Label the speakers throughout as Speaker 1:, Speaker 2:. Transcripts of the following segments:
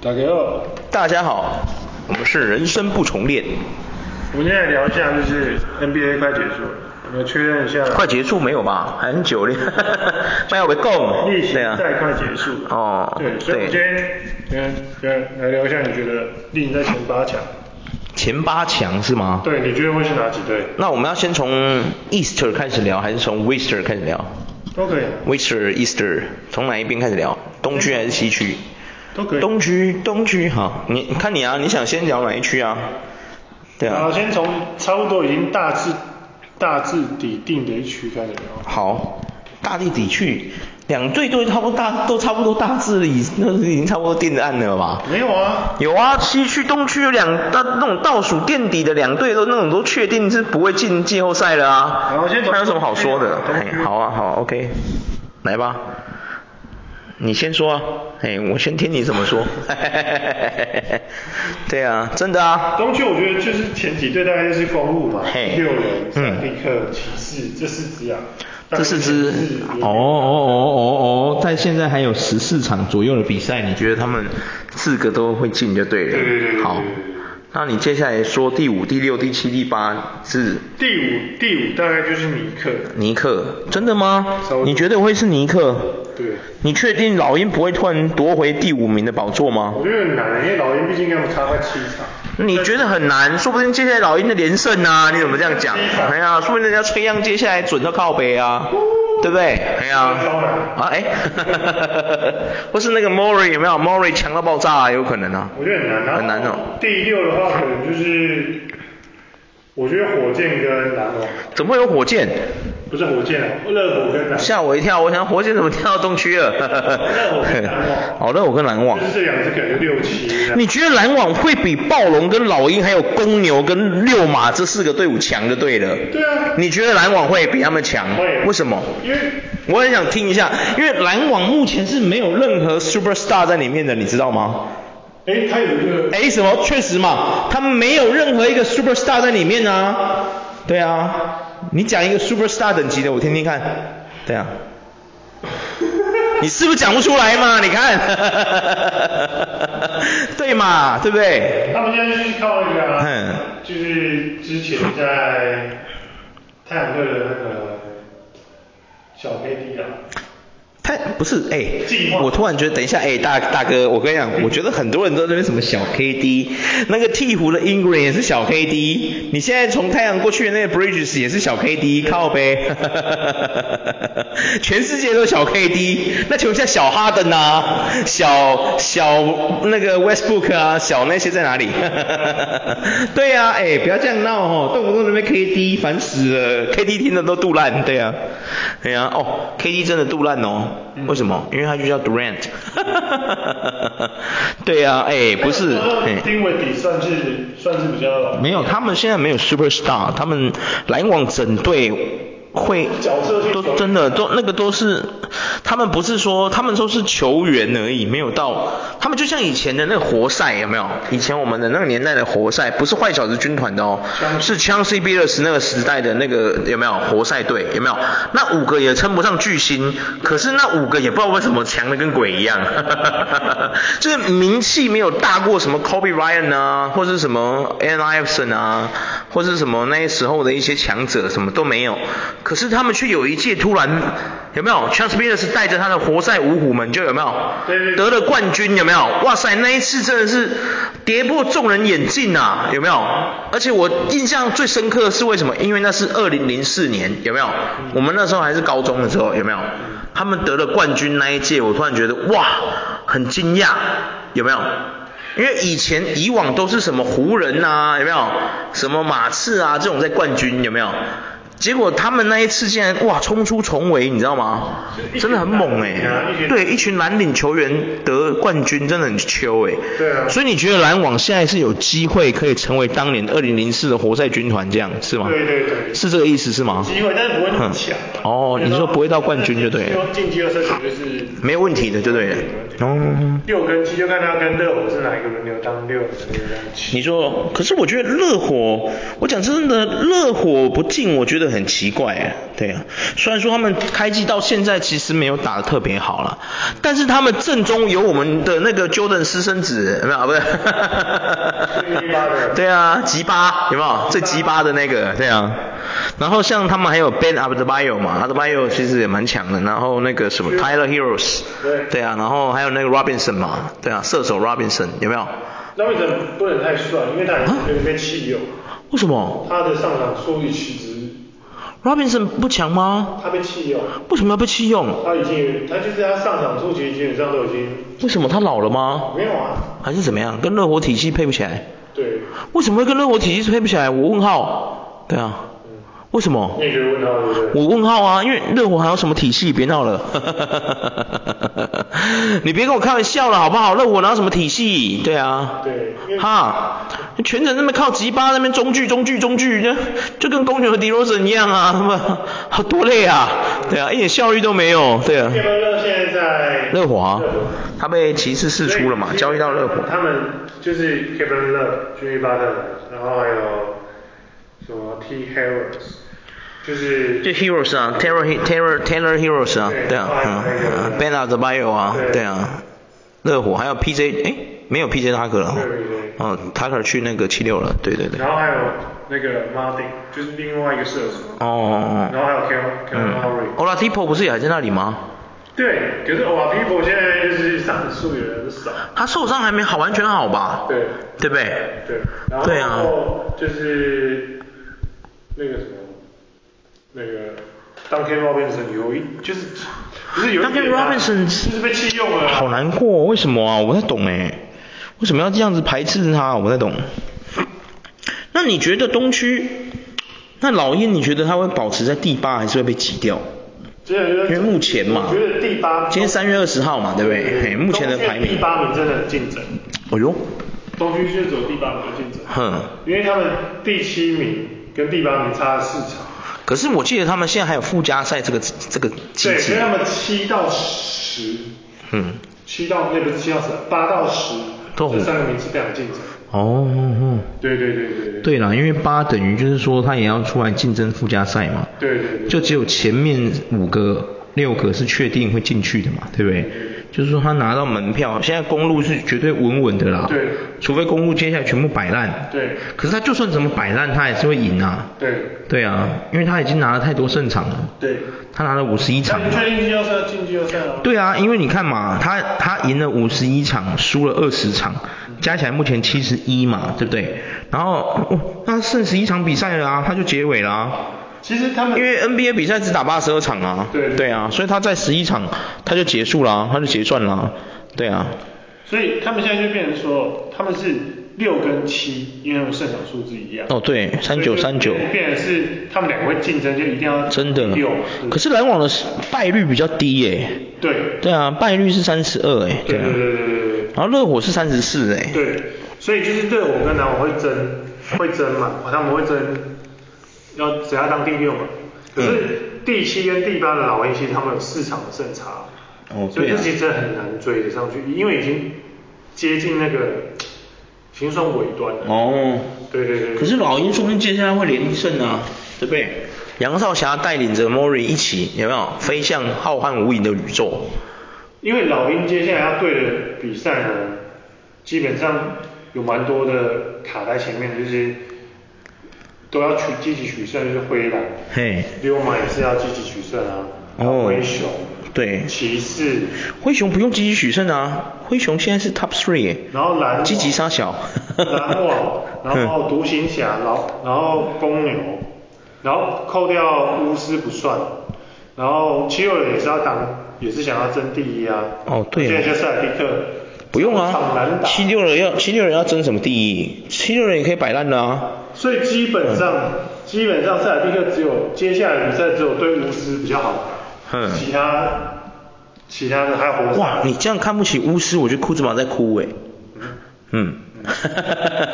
Speaker 1: 大家好，
Speaker 2: 大家好，我们是人生不重练，
Speaker 1: 我们现在聊一下，就是 NBA 快结束了，我们确认一下，
Speaker 2: 快结束没有吧？很久 了，麦要被供，
Speaker 1: 疫情
Speaker 2: 对啊，
Speaker 1: 再快结束了。
Speaker 2: 哦
Speaker 1: 对，所以我们今
Speaker 2: 对
Speaker 1: 天，嗯，对，来聊一下，你觉得例行在前八强，
Speaker 2: 前八强是吗？。
Speaker 1: 对，你觉得会是哪几队
Speaker 2: 那我们要先从 Easter 开始聊，还是从 Wester 开始聊
Speaker 1: 都可以，
Speaker 2: ？Wester Easter 从哪一边开始聊？东区还是西区？
Speaker 1: 都可以。
Speaker 2: 东区，东区好，你看你啊，你想先聊哪一区啊？对
Speaker 1: 然
Speaker 2: 啊
Speaker 1: 后，先从差不多已经大致大致底定的一区开始聊。
Speaker 2: 好，大地底去，两队都差不多大，都差不多大致已，那已经差不多定案了吧？
Speaker 1: 没有啊，
Speaker 2: 有啊，西区、东区有两大那种倒数垫底的两队都那种都确定是不会进季后赛了啊。
Speaker 1: 好先从
Speaker 2: 还有什么好说的？
Speaker 1: 东
Speaker 2: 哎
Speaker 1: 区
Speaker 2: 好啊，好啊，OK，来吧，你先说啊，哎，我先听你怎么说。对啊，真的啊，
Speaker 1: 东区我觉得就是前几队大概就是公路嘛，
Speaker 2: 嘿
Speaker 1: 六人、
Speaker 2: 嗯
Speaker 1: 三利克、骑士这四支啊，
Speaker 2: 这四支
Speaker 1: 大概就是
Speaker 2: 哦哦哦哦哦，在现在还有十四场左右的比赛，你觉得他们四个都会进就对了。
Speaker 1: 对对对对
Speaker 2: 好
Speaker 1: 对对对，
Speaker 2: 那你接下来说第五、第六、第七、第八是
Speaker 1: 第五第五大概就是尼克，
Speaker 2: 尼克，真的吗
Speaker 1: 稍微？
Speaker 2: 你觉得会是尼克？
Speaker 1: 对，
Speaker 2: 你确定老鹰不会突然夺回第五名的宝座吗
Speaker 1: 我？觉得很难，因为老鹰毕竟跟他们差快七场。
Speaker 2: 你觉得很难？说不定接下来老鹰的连胜啊，你怎么这样讲？哎呀，说不定人家崔样接下来准到靠北啊，对不对？哎呀，啊哎， 或是那个 Murray 有没有？Murray 强到爆炸、啊，有可能啊。
Speaker 1: 我觉得很难。然后
Speaker 2: 很难哦
Speaker 1: 第六的话，可能就是我觉得火箭跟篮网，
Speaker 2: 怎么会有火箭？
Speaker 1: 不是火箭啊，热火跟篮网。
Speaker 2: 吓我一跳！我想火箭怎么跳到东区 了？
Speaker 1: 热火跟篮网
Speaker 2: 啊好，那我跟篮网
Speaker 1: 就。是这两支可能就六七这样。
Speaker 2: 你觉得篮网会比暴龙、跟老鹰、还有公牛、跟六马这四个队伍强就对了。
Speaker 1: 对啊
Speaker 2: 你觉得篮网会比他们强？
Speaker 1: 会
Speaker 2: 为什么？
Speaker 1: 因为
Speaker 2: 我很想听一下，因为篮网目前是没有任何 superstar 在里面的，你知道吗？
Speaker 1: 哎，他有一个
Speaker 2: 哎，什么？确实嘛，他们没有任何一个 superstar 在里面啊。对啊，你讲一个 superstar 等级的，我听听看。对啊，你是不是讲不出来嘛？你看， 对嘛，对不对？
Speaker 1: 他们现在就是靠那个
Speaker 2: 嗯
Speaker 1: 啊，就是之前在太阳队的那个小 KD 啊，
Speaker 2: 他不是哎、
Speaker 1: 计划嗯
Speaker 2: 我突然觉得，等一下哎、大大哥，我跟你讲，我觉得很多人都在那边什么小 KD，那个鹈鹕的 Ingram 也是小 KD，你现在从太阳过去的那个 Bridges 也是小 KD，靠呗， 全世界都小 KD，那请问一下小哈登啊，小小那个 Westbrook 啊，小那些在哪里？ 对啊，哎、不要这样闹哦，动不动那边 KD 烦死了，KD 听的都肚烂，对啊，对啊，哦，KD 真的肚烂哦，为什么？因为他就叫 Durant，对啊，哎、不是，哎、
Speaker 1: 丁伟迪算是算是比较
Speaker 2: 没有，他们现在没有 superstar，他们篮网整队会
Speaker 1: 角色去
Speaker 2: 都
Speaker 1: 球员
Speaker 2: 真的都那个都是，他们不是说他们都是球员而已，没有到他们就像以前的那个活塞有没有？以前我们的那个年代的活塞不是坏小子军团的哦，是 Chauncey Billups 那个时代的那个有没有活塞队有没有？那五个也称不上巨星，可是那五个也不知道为什么强的跟鬼一样， 就是名气没有大过什么 Kobe Ryan 啊，或是什么 a n Iverson 啊，或是什么那时候的一些强者什么都没有，可是他们却有一届突然有没有 c h a n c e b i l l s 带着他的活塞五虎们就有没有
Speaker 1: 对对对
Speaker 2: 得了冠军有没有？哇塞，那一次真的是跌破众人眼镜啊，有没有？而且我印象最深刻的是为什么？因为那是二零零四年，有没有？我们那时候还是高中的时候，有没有？他们得了冠军那一届，我突然觉得哇，很惊讶，有没有？因为以前以往都是什么湖人啊，有没有？什么马刺啊这种在冠军，有没有？结果他们那一次竟然哇冲出重围，你知道吗？真的很猛哎、
Speaker 1: 啊一群
Speaker 2: 对，一群蓝领球员得冠军真的很秋哎、
Speaker 1: 对啊
Speaker 2: 所以你觉得篮网现在是有机会可以成为当年二零零四的活塞军团这样是吗？
Speaker 1: 对对对
Speaker 2: 是这个意思是吗？
Speaker 1: 机会，但是不会那么强。
Speaker 2: 嗯哦你说不会到冠军就对了
Speaker 1: 希望进季后赛绝对是
Speaker 2: 没有问题的，对不对？哦。
Speaker 1: 六跟七，就看他跟热火是哪一个轮流当六，轮流当七。
Speaker 2: 你说，可是我觉得热火，我讲真的，热火不进，我觉得个很奇怪哎，对啊。虽然说他们开季到现在其实没有打得特别好了，但是他们正中有我们的那个 Jordan 私生子，有没有？啊不是， 对啊，吉巴有没有？最吉巴的那个，对啊。然后像他们还有 Ben Abdbayo 嘛，Abdbayo 其实也蛮强的。然后那个什么 Tyler Heroes，
Speaker 1: 对
Speaker 2: 对啊。然后还有那个 Robinson 嘛，对啊，射手 Robinson 有没有？
Speaker 1: 那为什么不能太帅？因为他已经被弃用，
Speaker 2: 为什么
Speaker 1: 他的上场数据其实
Speaker 2: Robinson 不强吗？
Speaker 1: 他被弃用，
Speaker 2: 为什么要被弃用？
Speaker 1: 他已经他就是他上场数据基本上都已经
Speaker 2: 为什么他老了吗？
Speaker 1: 没有啊，
Speaker 2: 还是怎么样？跟热火体系配不起来？
Speaker 1: 对，
Speaker 2: 为什么会跟热火体系配不起来？我问号。对啊，为什么
Speaker 1: 你？也觉得问他对不对？
Speaker 2: 我问号啊，因为热火还有什么体系？别闹了， 你别跟我开玩笑了好不好？热火哪有什么体系？对啊，
Speaker 1: 对因为
Speaker 2: 哈，全程那边靠吉巴那边中距中距中距，就就跟公牛和迪罗森一样啊， 他们好多累啊，对啊，一点效率都没有，对啊。
Speaker 1: 叶班乐现在在
Speaker 2: 热火啊
Speaker 1: 热火，
Speaker 2: 他被骑士释出了嘛，交易到热火。
Speaker 1: 他们就是 Kevin Love、Jimmy Butler，然后还有什么 T. Harris，就是
Speaker 2: 就 Heroes 啊，Taylor He- Taylor Taylor Heroes 啊，
Speaker 1: 对
Speaker 2: 对啊，
Speaker 1: 然后
Speaker 2: 嗯
Speaker 1: 还有那个
Speaker 2: 嗯，Ben a d b i o 啊，
Speaker 1: 对
Speaker 2: 对啊，热火还有 PJ，哎，没有 PJ 塔克了哦
Speaker 1: 对对对，
Speaker 2: 哦，塔克去那个七六了，对对哦对，
Speaker 1: 然后还有那个 Martin，就是另外一个射手，
Speaker 2: 哦哦
Speaker 1: 然后
Speaker 2: 哦，
Speaker 1: 还有 Kevin Kevin
Speaker 2: 嗯
Speaker 1: Murray，、
Speaker 2: ，Oladipo 不是也还在那里吗？
Speaker 1: 对，可是 o p i p o 现在就是上场数有人少，
Speaker 2: 他受伤还没好完全好吧？
Speaker 1: 对
Speaker 2: 对不对？
Speaker 1: 对，然后
Speaker 2: 对啊
Speaker 1: 就是那个什么，那个 Duncan Robinson 有一就是不是有一
Speaker 2: Duncan
Speaker 1: 点啊
Speaker 2: Robinson
Speaker 1: 就是被弃用了，啊
Speaker 2: 好难过，为什么啊？我不太懂哎，为什么要这样子排斥他？我不太懂。那你觉得东区，那老鹰你觉得他会保持在第八，还是会被挤掉？
Speaker 1: 因
Speaker 2: 因为目前嘛
Speaker 1: 我觉得第八，
Speaker 2: 今天三月二十号嘛，对不对？嘿，目前的排
Speaker 1: 东区
Speaker 2: 名
Speaker 1: 第。八名真的很竞争，
Speaker 2: 哦呦，
Speaker 1: 东区就走第八名的竞争，
Speaker 2: 哼，
Speaker 1: 因为他们第七名跟第八名差了四场，
Speaker 2: 可是我记得他们现在还有附加赛这个这个机
Speaker 1: 对，所以
Speaker 2: 制
Speaker 1: 他。们七到十，
Speaker 2: 嗯，
Speaker 1: 七到那不是七到十，八到十，
Speaker 2: 都很
Speaker 1: 这三个名次非常竞争，
Speaker 2: 哦，哦
Speaker 1: 对对对对对，
Speaker 2: 对啦，因为八等于就是说他也要出来竞争附加赛嘛。
Speaker 1: 对对对，
Speaker 2: 就只有前面五个、六个是确定会进去的嘛，对不对？就是说他拿到门票，现在公路是绝对稳稳的啦。
Speaker 1: 对
Speaker 2: 除非公路接下来全部摆烂。
Speaker 1: 对
Speaker 2: 可是他就算怎么摆烂，他也是会赢啊。
Speaker 1: 对
Speaker 2: 对啊，因为他已经拿了太多胜场了，
Speaker 1: 对，
Speaker 2: 他拿了五十一
Speaker 1: 那
Speaker 2: 场
Speaker 1: 你
Speaker 2: 嘛。
Speaker 1: 确定季后赛进季后赛了吗？
Speaker 2: 对啊，因为你看嘛，他他赢了五十一场，输了二十场，加起来目前七十一嘛，对不对？然后、哦、那剩十一场比赛了啊，他就结尾啦、
Speaker 1: 其实他们
Speaker 2: 因为 NBA 比赛只打八十二场啊，
Speaker 1: 对
Speaker 2: 啊，所以他在十一场他就结束了啊，他就结算了啊，对啊，
Speaker 1: 所以他们现在就变成说，他们是六跟七，因为他们胜场数字一样。
Speaker 2: 哦对，三九三九，
Speaker 1: 变成是他们两个会竞争，就一定要
Speaker 2: 真的
Speaker 1: 六。，
Speaker 2: 可是篮网的败率比较低耶、
Speaker 1: 对
Speaker 2: 对啊，败率是三十二哎，
Speaker 1: 对
Speaker 2: 啊
Speaker 1: 对，对对
Speaker 2: 然后热火是三十四哎，
Speaker 1: 对对，所以就是对我跟男网会争，
Speaker 2: 嗯
Speaker 1: 会争嘛，他们会争，要只要当第六嘛。可是第七跟第八的老鹰，其实他们有市场的胜差，
Speaker 2: 哦
Speaker 1: 所以
Speaker 2: 对啊
Speaker 1: 这其实很难追得上去，因为已经接近那个，已经算尾端了。
Speaker 2: 哦，
Speaker 1: 对对对。
Speaker 2: 可是老鹰说不定接下来会连胜啊，对不对？杨少侠带领着 Mori 一起，有没有飞向浩瀚无垠的宇宙？
Speaker 1: 因为老鹰接下来要对的比赛呢，基本上有蛮多的卡在前面，就是都要取积极取胜，就是灰狼、
Speaker 2: 嘿，
Speaker 1: 溜马也是要积极取胜啊，还有
Speaker 2: 哦
Speaker 1: 灰熊、
Speaker 2: 对，
Speaker 1: 骑士，
Speaker 2: 灰熊不用积极取胜啊，灰熊现在是 top three，耶
Speaker 1: 然后篮网
Speaker 2: 积极杀小
Speaker 1: 篮网，然后独行侠，然后然后公牛，然后扣掉巫师不算，然后七六人也是要当，也是想要争第一啊。
Speaker 2: 哦对啊
Speaker 1: 现在就塞尔蒂克。
Speaker 2: 不用
Speaker 1: 场
Speaker 2: 啊
Speaker 1: 难，打
Speaker 2: 七六人要七六人要争什么第一？七六人也可以摆烂的啊，
Speaker 1: 所以基本上，
Speaker 2: 嗯
Speaker 1: 基本上塞尔蒂克只有接下来比赛只有对巫师比较好打，
Speaker 2: 嗯
Speaker 1: 其他其他的还有活塞
Speaker 2: 哇，你这样看不起巫师，我觉得库兹马在哭哎、嗯，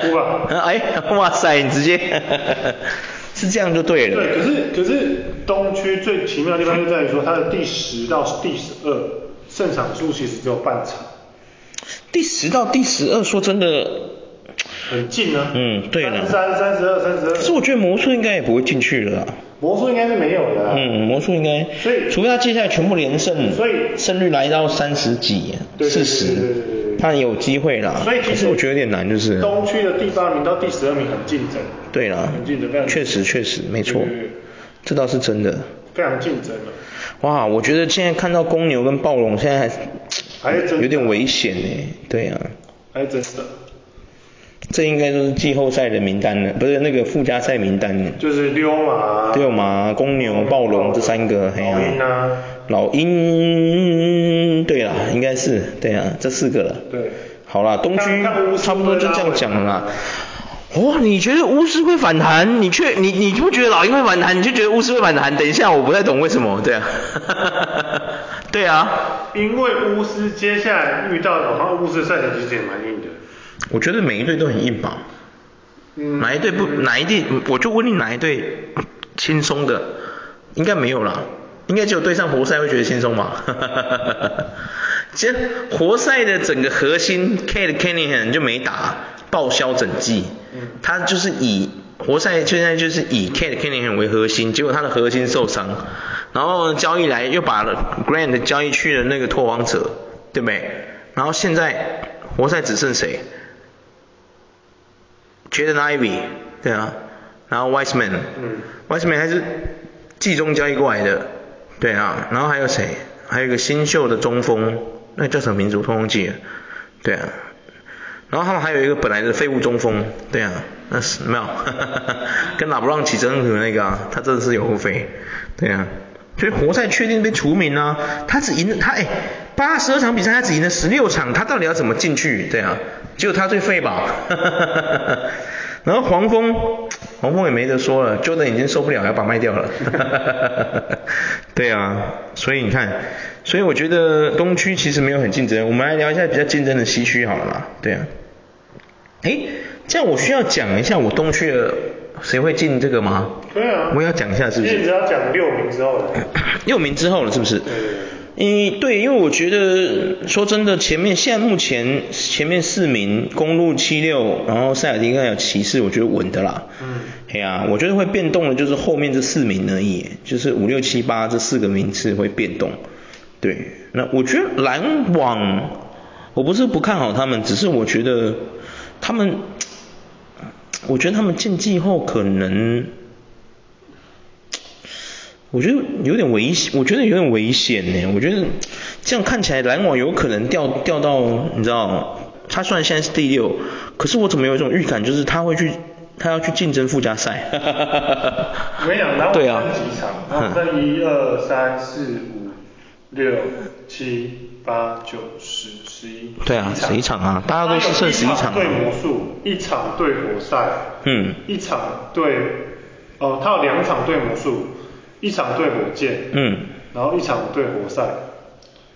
Speaker 1: 哭吧
Speaker 2: 哎，哇塞，你直接 是这样就对了，
Speaker 1: 对，可是可是东区最奇妙的地方就在于说，它的第十到第十二胜场数其实只有半场，
Speaker 2: 第十到第十二，说真的，
Speaker 1: 很近啊。
Speaker 2: 嗯对了
Speaker 1: 三三十二、三十
Speaker 2: 可是
Speaker 1: 二，
Speaker 2: 我觉得魔术应该也不会进去了啦。
Speaker 1: 魔术应该是没有的啊、
Speaker 2: 嗯，魔术应该，
Speaker 1: 所以
Speaker 2: 除非他接下来全部连胜，
Speaker 1: 所以
Speaker 2: 胜率来到三十几、
Speaker 1: 对对
Speaker 2: 四
Speaker 1: 对
Speaker 2: 十
Speaker 1: 对对对对，
Speaker 2: 他也有机会啦。
Speaker 1: 所以
Speaker 2: 可
Speaker 1: 其
Speaker 2: 是
Speaker 1: 实
Speaker 2: 我觉得有点难，就是，
Speaker 1: 东区的第八名到第十二名很竞争，
Speaker 2: 对啦
Speaker 1: 很竞争，非常，
Speaker 2: 确实确实没错
Speaker 1: 对对对，
Speaker 2: 这倒是真的。
Speaker 1: 非常竞争啊了。
Speaker 2: 哇，我觉得现在看到公牛跟暴龙，现在
Speaker 1: 还是真的
Speaker 2: 有点危险哎，对啊，
Speaker 1: 哎，真的，
Speaker 2: 这应该就是季后赛的名单了，不是那个附加赛名单了。
Speaker 1: 就是溜马、啊
Speaker 2: 对嘛，公牛、暴龙这三个，嘿
Speaker 1: 老鹰啊，
Speaker 2: 老鹰，对啦，应该是，对啊，这四个了。
Speaker 1: 对
Speaker 2: 好啦，东
Speaker 1: 看
Speaker 2: 区
Speaker 1: 看巫师
Speaker 2: 差
Speaker 1: 会
Speaker 2: 不
Speaker 1: 不
Speaker 2: 多
Speaker 1: 会
Speaker 2: 就这样讲了
Speaker 1: 拉
Speaker 2: 啦
Speaker 1: 回来。
Speaker 2: 哦，你觉得巫师会反弹？你却你你不觉得老鹰会反弹？你就觉得巫师会反弹？等一下，我不太懂为什么，对啊， 对啊，
Speaker 1: 因为巫师接下来遇到的，好像巫师的赛程其实也蛮硬的。
Speaker 2: 我觉得每一队都很硬吧。
Speaker 1: 嗯，
Speaker 2: 哪一队不哪一队？我就问你哪一队轻松的？应该没有啦，应该只有对上活塞会觉得轻松吧。 其实活塞的整个核心 Kate Cunningham 就没打，报销整季。他就是以活塞现在就是以 Kate Cunningham 为核心，结果他的核心受伤，然后交易来又把 Grant 交易去了那个拓荒者，对不对？然后现在活塞只剩谁？Jaden Ivy，对啊，然后 Wiseman，
Speaker 1: 嗯
Speaker 2: w i s e m a n 还是季中交易过来的，对啊，然后还有谁？还有一个新秀的中锋，那个叫什么名字？我突然忘记了，对啊，然后他们还有一个本来的废物中锋，对啊，那是没有， 跟拉布朗起争执那个啊，他真的是有后飞，对啊，所以活塞确定被除名啊，他只赢了他哎，八十二场比赛他只赢了十六场，他到底要怎么进去？对啊，只有他最废吧， 然后黄蜂，黄蜂也没得说了，Jordan 已经受不了，要把卖掉了。 对啊，所以你看，所以我觉得东区其实没有很竞争。我们来聊一下比较竞争的西区好了啦。对啊，诶，这样我需要讲一下我东区的谁会进这个吗？
Speaker 1: 对啊
Speaker 2: 我也要讲一下是不
Speaker 1: 其实只
Speaker 2: 是？
Speaker 1: 要讲六名之 后的，
Speaker 2: 六名之后了是不是？
Speaker 1: 对对对
Speaker 2: 嗯，对，因为我觉得说真的，前面现在目前前面四名，公路七六，然后塞尔迪克还有骑士，我觉得稳的啦。
Speaker 1: 嗯
Speaker 2: 哎呀、我觉得会变动的就是后面这四名而已，就是五六七八这四个名次会变动。对，那我觉得篮网，我不是不看好他们，只是我觉得他们，我觉得他们进季后可能我觉得有点危险，我觉得有点危险呢。我觉得这样看起来篮网有可能掉掉到，你知道，他虽然现在是第六，可是我怎么有一种预感，就是他会去，他要去竞争附加赛。
Speaker 1: 我跟你讲，然后
Speaker 2: 对啊
Speaker 1: 分几场，然后
Speaker 2: 嗯
Speaker 1: 分一二三四五六七八九十十一，
Speaker 2: 对啊11场啊大家都是剩11场啊
Speaker 1: 他有一对魔术，一场对活塞，
Speaker 2: 嗯
Speaker 1: 一场对，哦，他有两场对魔术，一场对火箭，
Speaker 2: 嗯，
Speaker 1: 然后一场对活塞，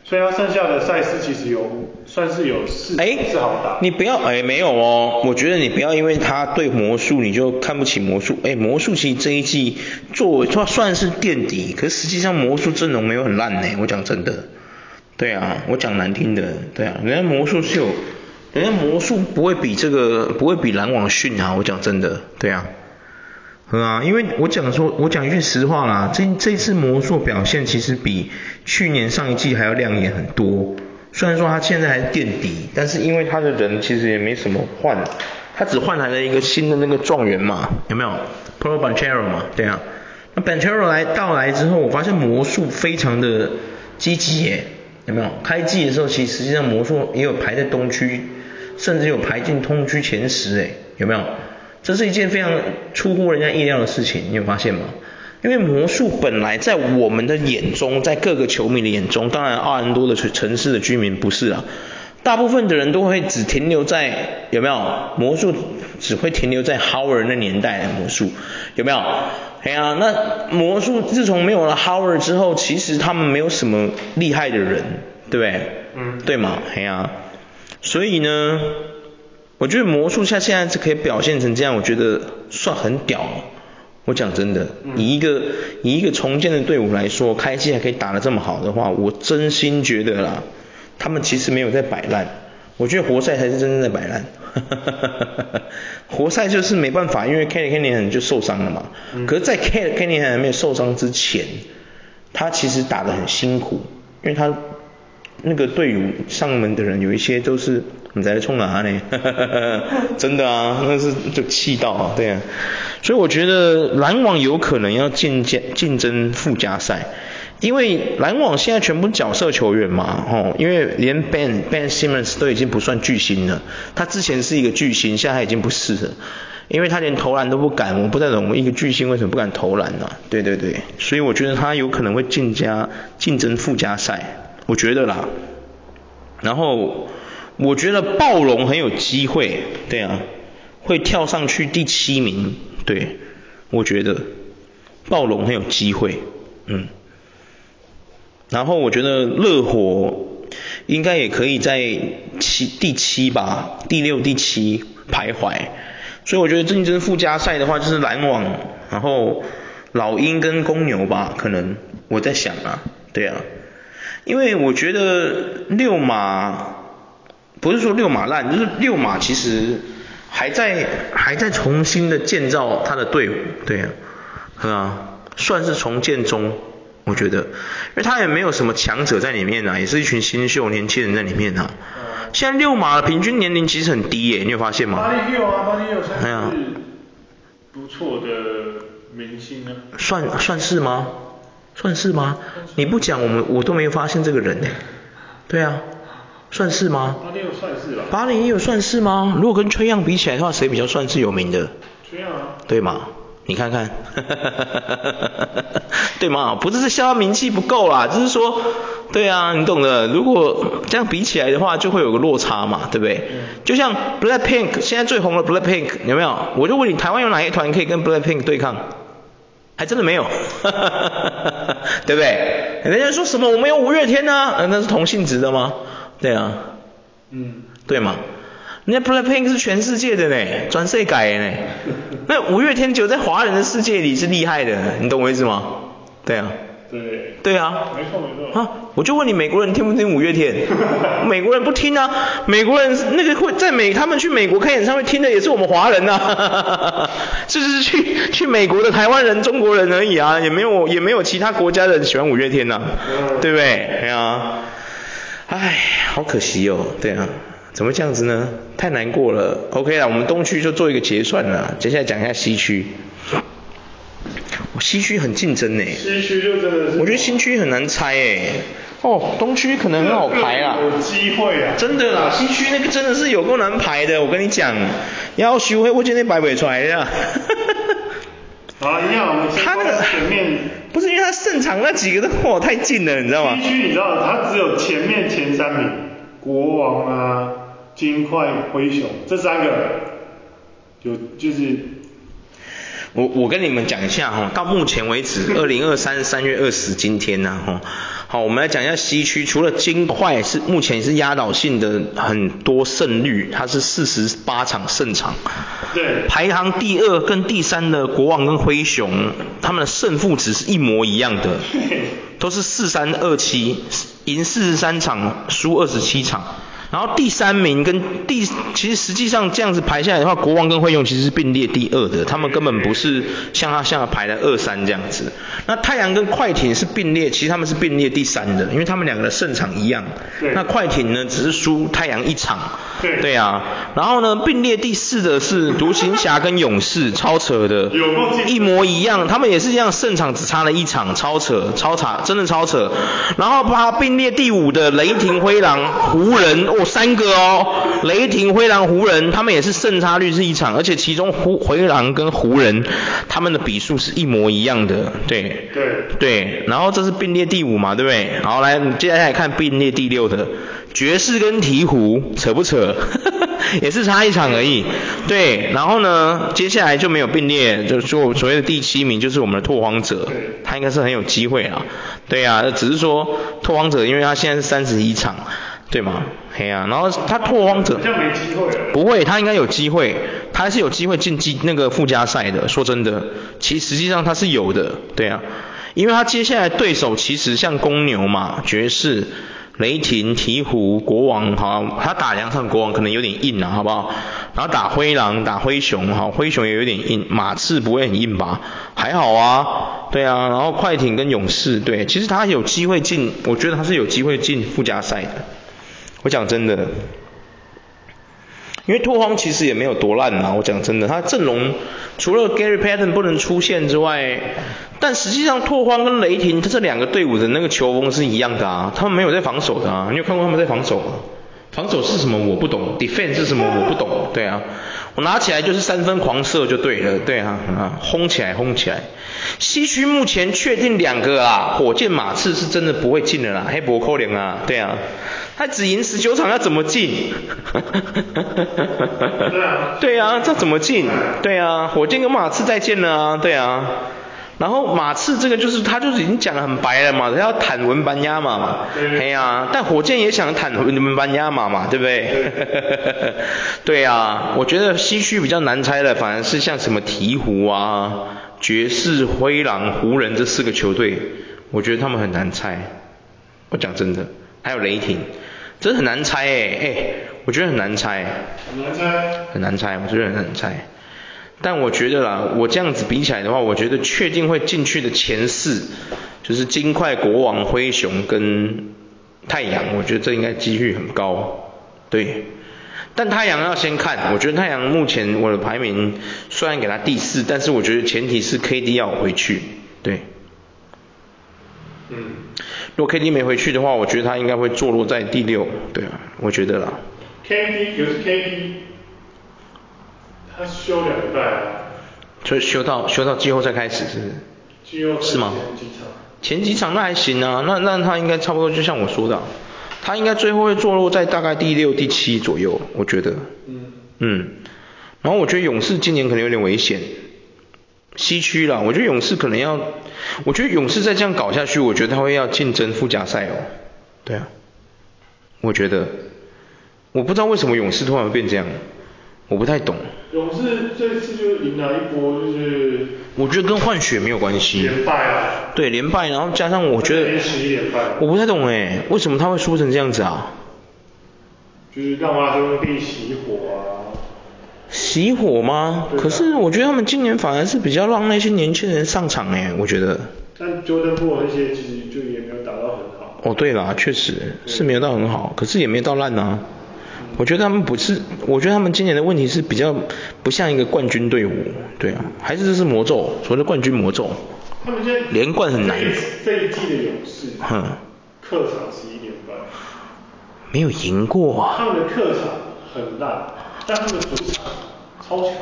Speaker 1: 所以他剩下的赛事其实有算是有四
Speaker 2: 哎
Speaker 1: 是好打，，
Speaker 2: 你不要哎，没有哦，我觉得你不要因为他对魔术你就看不起魔术。哎，魔术其实这一季作为它算是垫底，可是实际上魔术阵容没有很烂呢，我讲真的。对啊，我讲难听的，对啊，人家魔术是有，人家魔术不会比这个不会比篮网逊啊，我讲真的，对啊。嗯啊，因为我讲说，我讲一句实话啦，这这次魔术表现其实比去年上一季还要亮眼很多。虽然说他现在还是垫底，但是因为他的人其实也没什么换，他只换来了一个新的那个状元嘛，有没有？Pro Banchero 嘛，对啊。那 Banchero 来到来之后，我发现魔术非常的积极耶，有没有？开季的时候，其实实际上魔术也有排在东区，甚至有排进东区前十哎，有没有？这是一件非常出乎人家意料的事情，你有发现吗？因为魔术本来在我们的眼中，在各个球迷的眼中，当然奥兰多的城市的居民不是啊，大部分的人都会只停留在有没有魔术，只会停留在 Howard 那年代的魔术，有没有？哎呀、那魔术自从没有了 Howard 之后，其实他们没有什么厉害的人，对不对？
Speaker 1: 嗯
Speaker 2: 对嘛，哎呀、所以呢，我觉得魔术下现在是可以表现成这样，我觉得算很屌了。我讲真的，以一个以一个重建的队伍来说，开季还可以打得这么好的话，我真心觉得啦，他们其实没有在摆烂。我觉得活塞才是真正的摆烂。 活塞就是没办法，因为 Kelly Kenny 就受伤了嘛。
Speaker 1: 嗯
Speaker 2: 可是，在 Kelly Kenny 还没有受伤之前，他其实打得很辛苦，因为他那个队伍上门的人有一些都是你在冲哪呢？ 真的啊，那是就气到啊，对啊。所以我觉得篮网有可能要竞加竞争附加赛。因为篮网现在全部角色球员嘛，哦，因为连 Ben Ben Simmons 都已经不算巨星了，他之前是一个巨星，现在他已经不是了，因为他连投篮都不敢，我不太懂一个巨星为什么不敢投篮呢、啊对对对，所以我觉得他有可能会进加竞争附加赛，我觉得啦。然后我觉得暴龙很有机会，对啊，会跳上去第七名，对，我觉得暴龙很有机会，嗯。然后我觉得热火应该也可以在七第七吧，第六、第七徘徊。所以我觉得竞争附加赛的话，就是篮网，然后老鹰跟公牛吧，可能我在想啊，对啊，因为我觉得六马不是说六马烂，就是六马其实还在还在重新的建造他的队伍，对啊，对啊，算是重建中，我觉得，因为他也没有什么强者在里面啊，也是一群新秀年轻人在里面啊。
Speaker 1: 嗯
Speaker 2: 现在六马的平均年龄其实很低耶，你有发现吗？
Speaker 1: 巴黎六啊，巴黎六算
Speaker 2: 哎呀
Speaker 1: 是不错的明星啊。
Speaker 2: 算算是吗？算是吗？你不讲我们我都没有发现这个人呢。对啊，算是吗？
Speaker 1: 巴黎六算是吧。
Speaker 2: 巴黎也有算是吗？如果跟崔样比起来的话，谁比较算是有名的？
Speaker 1: 这样啊。
Speaker 2: 对吗？你看看， 对吗？不是笑他名气不够啦，只是说，对啊，你懂的。如果这样比起来的话，就会有个落差嘛，对不对？
Speaker 1: 嗯
Speaker 2: 就像 BLACKPINK 现在最红的 BLACKPINK 有没有？我就问你，台湾有哪一团可以跟 BLACKPINK 对抗？还真的没有， 对不对？人家说什么我们有五月天呢、呃那是同性质的吗？对啊，
Speaker 1: 嗯。
Speaker 2: 对吗？那 BLACKPINK 是全世界的呢，转世改的呢。那五月天只有在华人的世界里是厉害的，你懂我意思吗？对啊，
Speaker 1: 对。
Speaker 2: 对啊。
Speaker 1: 没错没错
Speaker 2: 啊，我就问你，美国人听不听五月天？美国人不听啊，美国人那个会在美，他们去美国开演唱会听的也是我们华人呐、啊，就是去去美国的台湾人、中国人而已啊，也没有也没有其他国家的人喜欢五月天呐、啊
Speaker 1: 嗯
Speaker 2: 对不对？哎呀，唉，好可惜哦，对啊，怎么这样子呢？太难过了。OK 啦，我们东区就做一个结算了，接下来讲一下西区。我西区很竞争呢、
Speaker 1: 西区就真的是。
Speaker 2: 我觉得新区很难猜诶。哦，东区可能很好排啊啦。
Speaker 1: 有机会啊。
Speaker 2: 真的啦，西区那个真的是有够难排的，我跟你讲，要修会我今天摆不出来的啦。
Speaker 1: 好了，一样，我们先
Speaker 2: 他那个
Speaker 1: 看前面。
Speaker 2: 不是因为他胜场那几个都哇太近了，你知道吗
Speaker 1: 西？区你知道，它只有前面前三名，国王啊、金块、灰熊这三个有就是
Speaker 2: 我我跟你们讲一下哈，到目前为止，二零二三三月二十今天呢、哈，好，我们来讲一下西区，除了金块是目前是压倒性的很多胜率，它是四十八场胜场，
Speaker 1: 对
Speaker 2: 排行第二跟第三的国王跟灰熊，他们的胜负值是一模一样的，都是四三二七，赢四十三场，输二十七场。然后第三名跟第，其实实际上这样子排下来的话，国王跟灰熊其实是并列第二的，他们根本不是像他下排的二三这样子。那太阳跟快艇是并列，其实他们是并列第三的，因为他们两个的胜场一样。
Speaker 1: 对
Speaker 2: 那快艇呢，只是输太阳一场。
Speaker 1: 对
Speaker 2: 对啊，然后呢，并列第四的是独行侠跟勇士，超扯的。
Speaker 1: 有够竞争
Speaker 2: 一模。模一样，他们也是这样，胜场只差了一场，超扯，超差，真的超扯。然后把它并列第五的雷霆、灰狼、湖人，哦，三个哦，雷霆、灰狼、湖人，他们也是胜差率是一场，而且其中湖灰狼跟湖人他们的比数是一模一样的，对。
Speaker 1: 对
Speaker 2: 对，然后这是并列第五嘛，对不对？好，来，接下来看并列第六的爵士跟鹈鹕，扯不扯？ 也是差一场而已。对，然后呢，接下来就没有并列，就就所谓的第七名就是我们的拓荒者
Speaker 1: 对，
Speaker 2: 他应该是很有机会啊。对啊，只是说拓荒者，因为他现在是三十一场，对吗？嘿呀、然后他拓荒者
Speaker 1: 好像没机会了。
Speaker 2: 不会，他应该有机会，他还是有机会晋级那个附加赛的。说真的，其实际上他是有的，对啊，因为他接下来对手其实像公牛嘛、爵士，雷霆、鹈鹕、国王，好，他打两场国王可能有点硬啊，好不好？然后打灰狼、打灰熊，好，灰熊也有点硬，马刺不会很硬吧？还好啊，对啊，然后快艇跟勇士，对，其实他有机会进，我觉得他是有机会进附加赛的。我讲真的，因为拓荒其实也没有多烂啊，我讲真的，他阵容除了 Gary Payton 不能出现之外，但实际上拓荒跟雷霆这两个队伍的那个球风是一样的啊，他们没有在防守的啊，你有看过他们在防守吗？防守是什么我不懂，defense 是什么我不懂，对啊，我拿起来就是三分狂射就对了，对啊，啊轰起来轰起来。西区目前确定两个啊，火箭、马刺是真的不会进的啦，黑博扣零啊，对啊，他只赢十九场要怎么进？
Speaker 1: 对啊
Speaker 2: 对啊，这怎么进？对啊，火箭跟马刺再见了啊，对啊。然后马刺这个就是他就是已经讲的很白了嘛，他要坦文班亚马嘛，
Speaker 1: 对
Speaker 2: 哎呀、但火箭也想坦文班亚马嘛，对不对？ 对啊，我觉得西区比较难猜的反而是像什么鹈鹕啊、爵士、灰狼、湖人这四个球队，我觉得他们很难猜。我讲真的，还有雷霆，真的很难猜哎、哎、我觉得很难猜。
Speaker 1: 很难猜。
Speaker 2: 很难猜，我觉得很难猜。但我觉得啦，我这样子比起来的话，我觉得确定会进去的前四就是金块、国王、灰熊跟太阳，我觉得这应该几率很高。对，但太阳要先看，我觉得太阳目前我的排名虽然给他第四，但是我觉得前提是 KD 要回去。对，
Speaker 1: 嗯
Speaker 2: 如果 KD 没回去的话，我觉得他应该会坐落在第六。对啊，我觉得啦。
Speaker 1: ，KD 有是 KD，他休两个礼拜啊，
Speaker 2: 所以修到修到季后赛开始是不是？
Speaker 1: 季后赛
Speaker 2: 是吗
Speaker 1: 前几场？
Speaker 2: 前几场那还行啊，那那他应该差不多，就像我说的啊、他应该最后会坐落在大概第六、第七左右，我觉得。
Speaker 1: 嗯，
Speaker 2: 嗯，然后我觉得勇士今年可能有点危险，西区啦，我觉得勇士可能要，我觉得勇士再这样搞下去，我觉得他会要竞争附加赛哦。对啊，我觉得，我不知道为什么勇士突然会变这样，我不太懂。
Speaker 1: 勇士这次就赢了一波，就是
Speaker 2: 我觉得跟换血没有关系，
Speaker 1: 连败啊。
Speaker 2: 对连败，然后加上我觉得
Speaker 1: 连十一连败，
Speaker 2: 我不太懂哎，为什么他会输成这样子啊？
Speaker 1: 就是让阿兄弟熄火啊。
Speaker 2: 熄火吗？
Speaker 1: 对啊
Speaker 2: 可是我觉得他们今年反而是比较让那些年轻人上场哎，我觉得。
Speaker 1: 但 Jordan p o 那些其实就也没有打到很好。
Speaker 2: 哦，对啦，确实是没有到很好，可是也没有到烂啊。我觉得他们不是，我觉得他们今年的问题是比较不像一个冠军队伍，对啊，还是这是魔咒，所谓的冠军魔咒。
Speaker 1: 他们现在
Speaker 2: 连冠很难
Speaker 1: 这一这一季的勇士，
Speaker 2: 哼，
Speaker 1: 客场十一连败，
Speaker 2: 没有赢过
Speaker 1: 他
Speaker 2: 啊。
Speaker 1: 们的客场很烂，但他们的主场超强。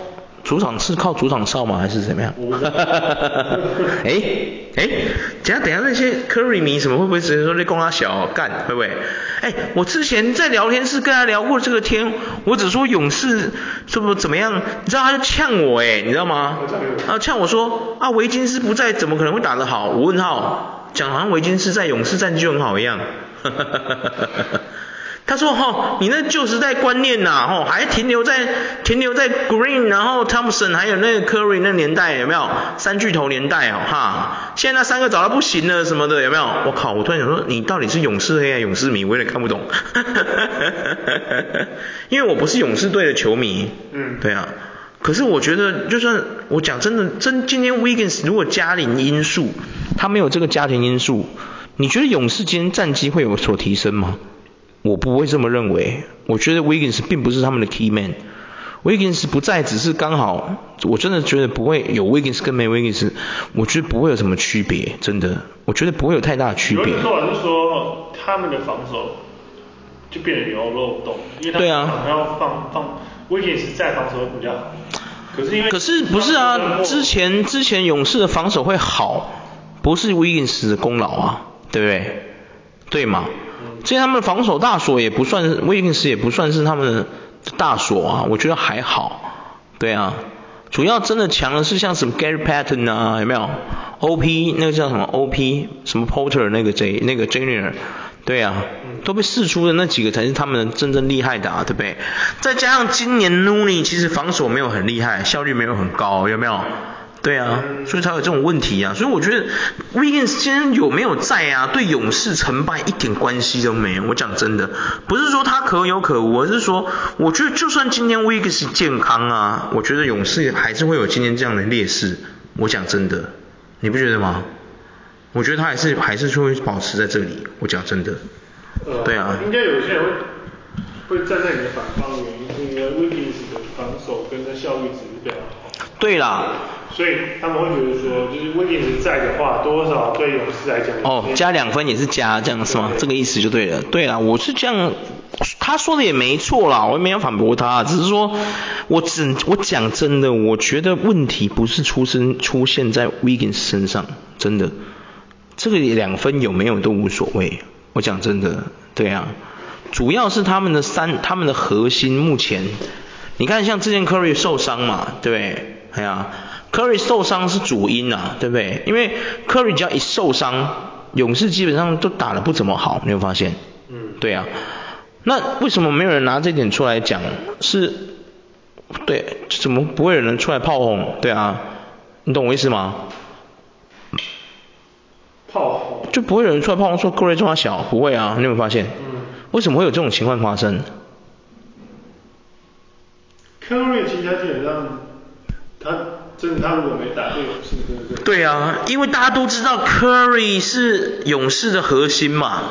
Speaker 2: 主场是靠主场哨吗？还是怎么 样
Speaker 1: 我不知道？
Speaker 2: 哎哎，等一下等一下那些 Curry 迷什么会不会直接说那公他小干会不会？哎，我之前在聊天室跟他聊过这个天，我只说勇士怎么怎么样，你知道他就呛我哎，你知道吗
Speaker 1: 我知道？
Speaker 2: 然后呛我说啊维金斯不在，怎么可能会打得好？我问号，讲好像维金斯在勇士战绩就很好一样。 他说：“哦，你那旧时代观念呐、吼、还停留在停留在 Green，然后 Thompson，还有那个 Curry 那年代有没有？三巨头年代哦，哈，现在那三个早到不行了什么的，有没有？我靠，我突然想说，你到底是勇士黑还是勇士迷？我有点看不懂， 因为我不是勇士队的球迷，
Speaker 1: 嗯
Speaker 2: 对啊。可是我觉得，就算我讲真的，真今天 Wiggins 如果家庭因素，他没有这个家庭因素，你觉得勇士今天战绩会有所提升吗？我不会这么认为。我觉得 Wiggins 并不是他们的 key man。Wiggins 不在，只是刚好，我真的觉得不会有 Wiggins 跟没 Wiggins，我觉得不会有什么区别，真的，我觉得不会有太大的区
Speaker 1: 有
Speaker 2: 别
Speaker 1: 人。说法是说他们的防守就变得有漏洞，因为他
Speaker 2: 对啊
Speaker 1: 们要放放威廉斯在防守会比较好。可是因为
Speaker 2: 可是不是啊？之前之前勇士的防守会好，不是 Wiggins 的功劳啊，对不对？对吗？所以他们的防守大锁也不算是 Wiggins 也不算是他们的大锁啊，我觉得还好。对啊，主要真的强的是像什么 Gary Patton 啊，有没有？OP 那个叫什么 OP 什么 Porter 那个 J 那个 Junior，对啊，都被试出的那几个才是他们真正厉害的啊，对不对？再加上今年 n u n i 其实防守没有很厉害，效率没有很高，有没有？对啊，所以才有这种问题啊。所以我觉得 Wiggins 今天有没有在啊，对勇士成败一点关系都没有。我讲真的，不是说他可有可无，而是说我觉得就算今天 Wiggins 健康啊，我觉得勇士还是会有今天这样的劣势。我讲真的，你不觉得吗？我觉得他还是还是会保持在这里。我讲真的，
Speaker 3: 呃
Speaker 2: 对啊，
Speaker 3: 应该有些人会会站在你的反方，原因是因为 Wiggins 的防守跟他效率值是非常好，
Speaker 2: 对啦，
Speaker 1: 所以他们会觉得说，就是威廉斯在的话，多少对勇士来讲，
Speaker 2: 哦，加两分也是加，这样是吗？这个意思就对了。对啦，我是这样，他说的也没错啦，我也没有反驳他，只是说，我只我讲真的，我觉得问题不是出生出现在 Wiggins 身上，真的，这个两分有没有都无所谓。我讲真的，对啊，主要是他们的三，他们的核心目前，你看像之前 Curry 受伤嘛，对不对？哎呀，Curry 受伤是主因啊，对不对？因为 Curry 只要一受伤，勇士基本上都打得不怎么好，你有没有发现？
Speaker 1: 嗯，
Speaker 2: 对啊，那为什么没有人拿这点出来讲？是，对，怎么不会有人出来炮轰？对啊，你懂我意思吗？
Speaker 1: 炮火，
Speaker 2: 就不会有人出来炮轰说 Curry 中他小，不会啊，你有没有发现？
Speaker 1: 嗯
Speaker 2: 为什么会有这种情况发生？
Speaker 3: ，Curry 其实他基本上他真的他如果没打对勇士，对不对？
Speaker 2: 对啊，因为大家都知道 Curry 是勇士的核心嘛，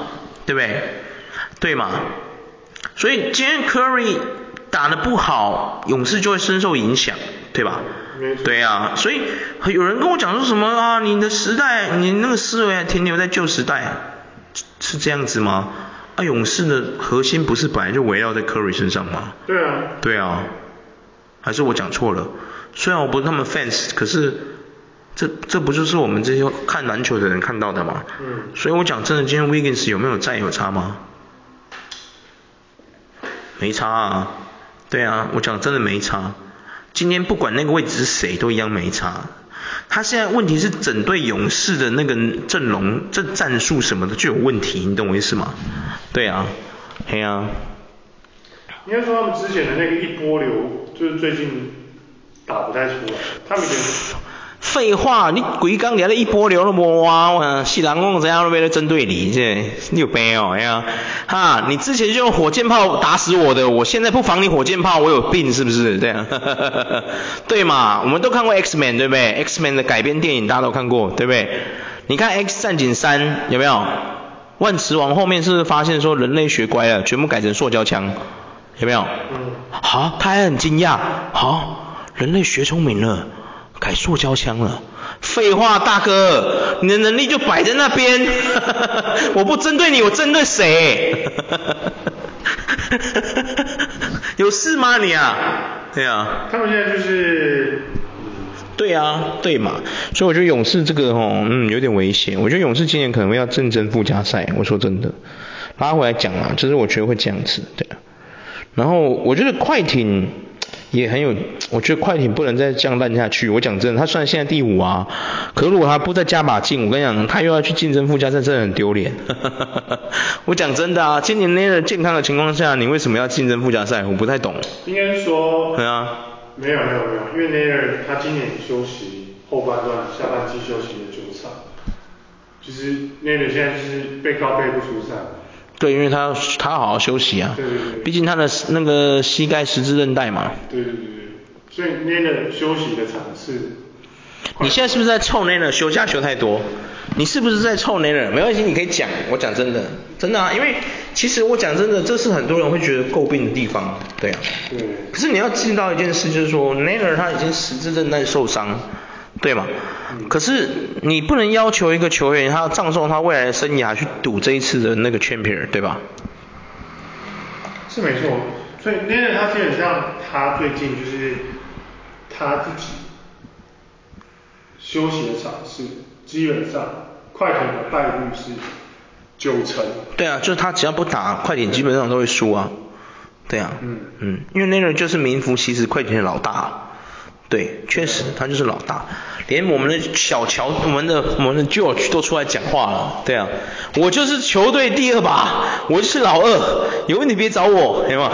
Speaker 2: 对不对？对嘛？所以今天 Curry 打得不好，勇士就会深受影响，对吧
Speaker 1: 没？错
Speaker 2: 对啊，所以有人跟我讲说什么啊，你的时代，你那个思维还停留在旧时代，是是这样子吗？啊，勇士的核心不是本来就围绕在 Curry 身上吗？
Speaker 1: 对啊，
Speaker 2: 对啊，还是我讲错了？虽然我不是他们 fans，可是这这不就是我们这些看篮球的人看到的吗？
Speaker 1: 嗯
Speaker 2: 所以我讲真的，今天 Wiggins 有没有在有差吗？没差啊，对啊，我讲真的没差。今天不管那个位置是谁，都一样没差。他现在问题是整队勇士的那个阵容、这战术什么的就有问题，你懂我意思吗？对啊，嘿啊，
Speaker 1: 应该说他们之前的那个一波流，就是最近打不太出来，他们以前
Speaker 2: 废话，你鬼刚聊了一波流了无啊？我细人讲怎样都要来针对你，这你有病哦，哎呀，哈，你之前就用火箭炮打死我的，我现在不防你火箭炮，我有病是不是？对啊， 对嘛，我们都看过 X Man 对不对？X Man 的改编电影大家都看过对不对？你看 X 战警三有没有？万磁王后面是不是发现说人类学乖了，全部改成塑胶枪，有没有？
Speaker 1: 嗯，
Speaker 2: 啊，他还很惊讶，啊，人类学聪明了，改塑胶枪了。废话，大哥，你的能力就摆在那边， 我不针对你，我针对谁？ 有事吗你啊？对啊，
Speaker 1: 他们现在就是嗯
Speaker 2: 对啊，对嘛，所以我觉得勇士这个哦，嗯，有点危险。我觉得勇士今年可能会要竞争附加赛。我说真的，拉回来讲啊，就是我觉得会这样子，对啊。然后我觉得快艇也很有，我觉得快艇不能再这样烂下去。我讲真的，他虽然现在第五啊，可如果他不再加把劲，我跟你讲，他又要去竞争附加赛，真的很丢脸。 我讲真的啊，今年那个健康的情况下，你为什么要竞争附加赛？我不太懂。
Speaker 1: 应该说
Speaker 2: 对啊，
Speaker 1: 没有没有没有，因为 n a r 他今年休息后半段，下半季休息了九场，就是 n a r 现在就是背靠背不出赛，
Speaker 2: 对，因为他他好好休息啊
Speaker 1: 对对对，
Speaker 2: 毕竟他的那个膝盖十字韧带嘛。
Speaker 1: 对对对对，所以 n a r 休息的场次，
Speaker 2: 你现在是不是在臭 Naylor 休假休太多？你是不是在臭 Naylor？没关系，你可以讲。我讲真的，真的啊，因为其实我讲真的，这是很多人会觉得诟病的地方，对啊。
Speaker 1: 对，
Speaker 2: 可是你要知道一件事，就是说 Naylor 他已经十字韧带受伤，对吗？可是你不能要求一个球员他要葬送他未来的生涯去赌这一次的那个 champion，对吧？
Speaker 1: 是没错。所以 n a r 他基本上他最近就是他自己休息的场次，基本上快艇的败率是九成，
Speaker 2: 对啊，就是他只要不打，快艇基本上都会输啊。对啊，
Speaker 1: 嗯
Speaker 2: 嗯，因为那个人就是名副其实快艇的老大，对，确实他就是老大，连我们的小乔、我们的我们的 George 都出来讲话了。对啊，我就是球队第二把，我就是老二，有问题别找我，对吗？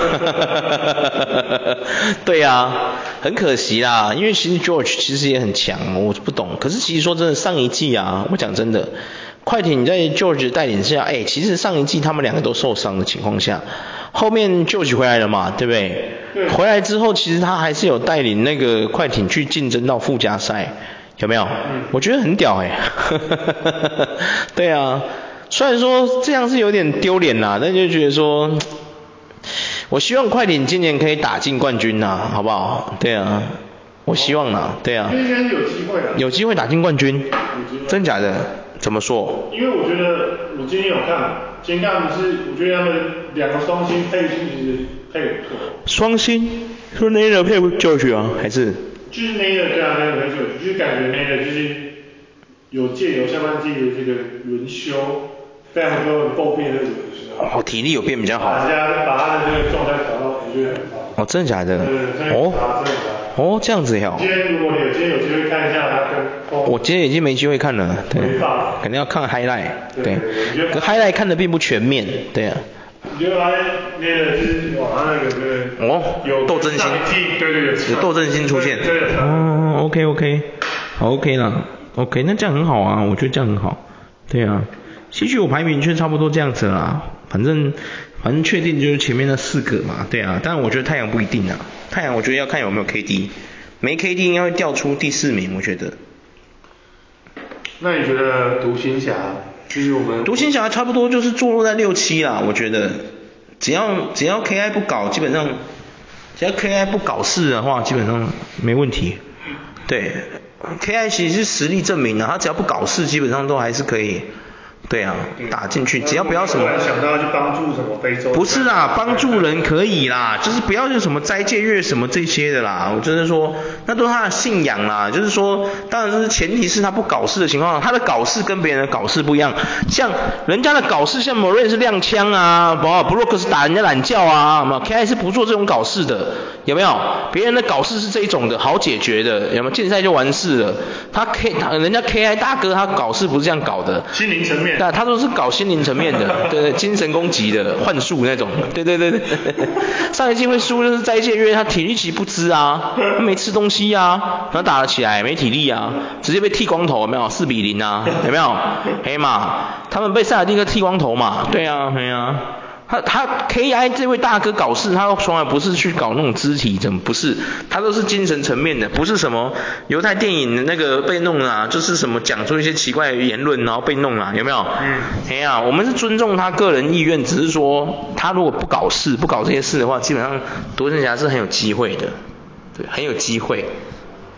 Speaker 2: 对啊，很可惜啦，因为其实 George 其实也很强，我不懂。可是其实说真的，上一季啊，我讲真的，快艇在 George 带领下，哎，其实上一季他们两个都受伤的情况下，后面 George 回来了嘛，对不对？回来之后，其实他还是有带领那个快艇去竞争到附加赛，有没有？我觉得很屌哎、欸， 对啊，虽然说这样是有点丢脸啦，但就觉得说，我希望快艇今年可以打进冠军呐，好不好？对啊，我希望啦，对啊，
Speaker 3: 应该是有机会啊，
Speaker 2: 有机会打进冠军
Speaker 3: 机会，
Speaker 2: 真假的？怎么说？
Speaker 1: 因为我觉得我今天有看，今天看是我觉得他们两个双星配其实配得不错，
Speaker 2: 双星说 n a n 配 George 啊，还是？
Speaker 1: 就是那个对啊，那个很久，就是感觉那个就是有借由下半季的这个轮休，非常多的诟病的这个轮休，
Speaker 2: 哦，体力有变比较
Speaker 1: 把人。
Speaker 2: 好
Speaker 1: 家把他的这个状态调到，我觉得很好。
Speaker 2: 哦，真的假的？
Speaker 1: 对对对，
Speaker 2: 哦
Speaker 1: 他真的很好。
Speaker 2: 哦，这样子呀、
Speaker 1: 今天如果你有今天有机会看一下他跟哦，
Speaker 2: 我今天已经没机会看了，对
Speaker 1: 没办法，
Speaker 2: 肯定要看 highlight，对
Speaker 1: 对对，对
Speaker 2: 可 highlight 看的并不全面，对啊，
Speaker 1: 你觉得他那个就是往他那个对不对
Speaker 2: 哦
Speaker 1: 有
Speaker 2: 斗争心
Speaker 1: 上一季对对对，
Speaker 2: 有斗争心出现
Speaker 1: 对对，
Speaker 2: 哦，OK OK，好 OK 啦，OK，那这样很好啊，我觉得这样很好，对啊，其实我排名就差不多这样子啦，反正反正确定就是前面那四个嘛，对啊，但我觉得太阳不一定啊，太阳我觉得要看有没有 KD，没 KD 应该会掉出第四名，我觉得。
Speaker 1: 那你觉得独行侠就是我们
Speaker 2: 独行侠差不多就是坐落在六七啦，我觉得，只要只要 KI 不搞，基本上，只要 KI 不搞事的话，基本上没问题。对，KI 其实是实力证明啊，他只要不搞事，基本上都还是可以，对啊，打进去，只要不要什么
Speaker 1: 突。然想到要去帮助什么非洲？
Speaker 2: 不是啊啦，帮助人可以啦，就是不要有什么斋戒月什么这些的啦。我就是说，那都是他的信仰啦。就是说，当然是前提是他不搞事的情况，他的搞事跟别人的搞事不一样。像人家的搞事，像某瑞是亮枪啊，不布洛克是打人家懒觉啊，有没有？K I 是不做这种搞事的，有没有？别人的搞事是这一种的，好解决的，有没有？竞赛就完事了。他 K 人家 K I 大哥他搞事不是这样搞的，
Speaker 1: 心灵层面，
Speaker 2: 那他都是搞心灵层面 的，对对，精神攻击的幻术那种，对对对对。 上一季会输就是在线，因为他体力其实不支啊，他没吃东西啊，然后打了起来没体力啊，直接被剃光头有没有？四比零啊，有没有？ 黑马，他们被塞尔蒂克剃光头嘛，对啊，对啊。他他 K I 这位大哥搞事，他从来不是去搞那种肢体，怎么不是？他都是精神层面的，不是什么犹太电影的那个被弄啊，就是什么讲出一些奇怪的言论，然后被弄啊，有没有？嗯。哎呀、我们是尊重他个人意愿，只是说他如果不搞事，不搞这些事的话，基本上独行侠是很有机会的，对，很有机会。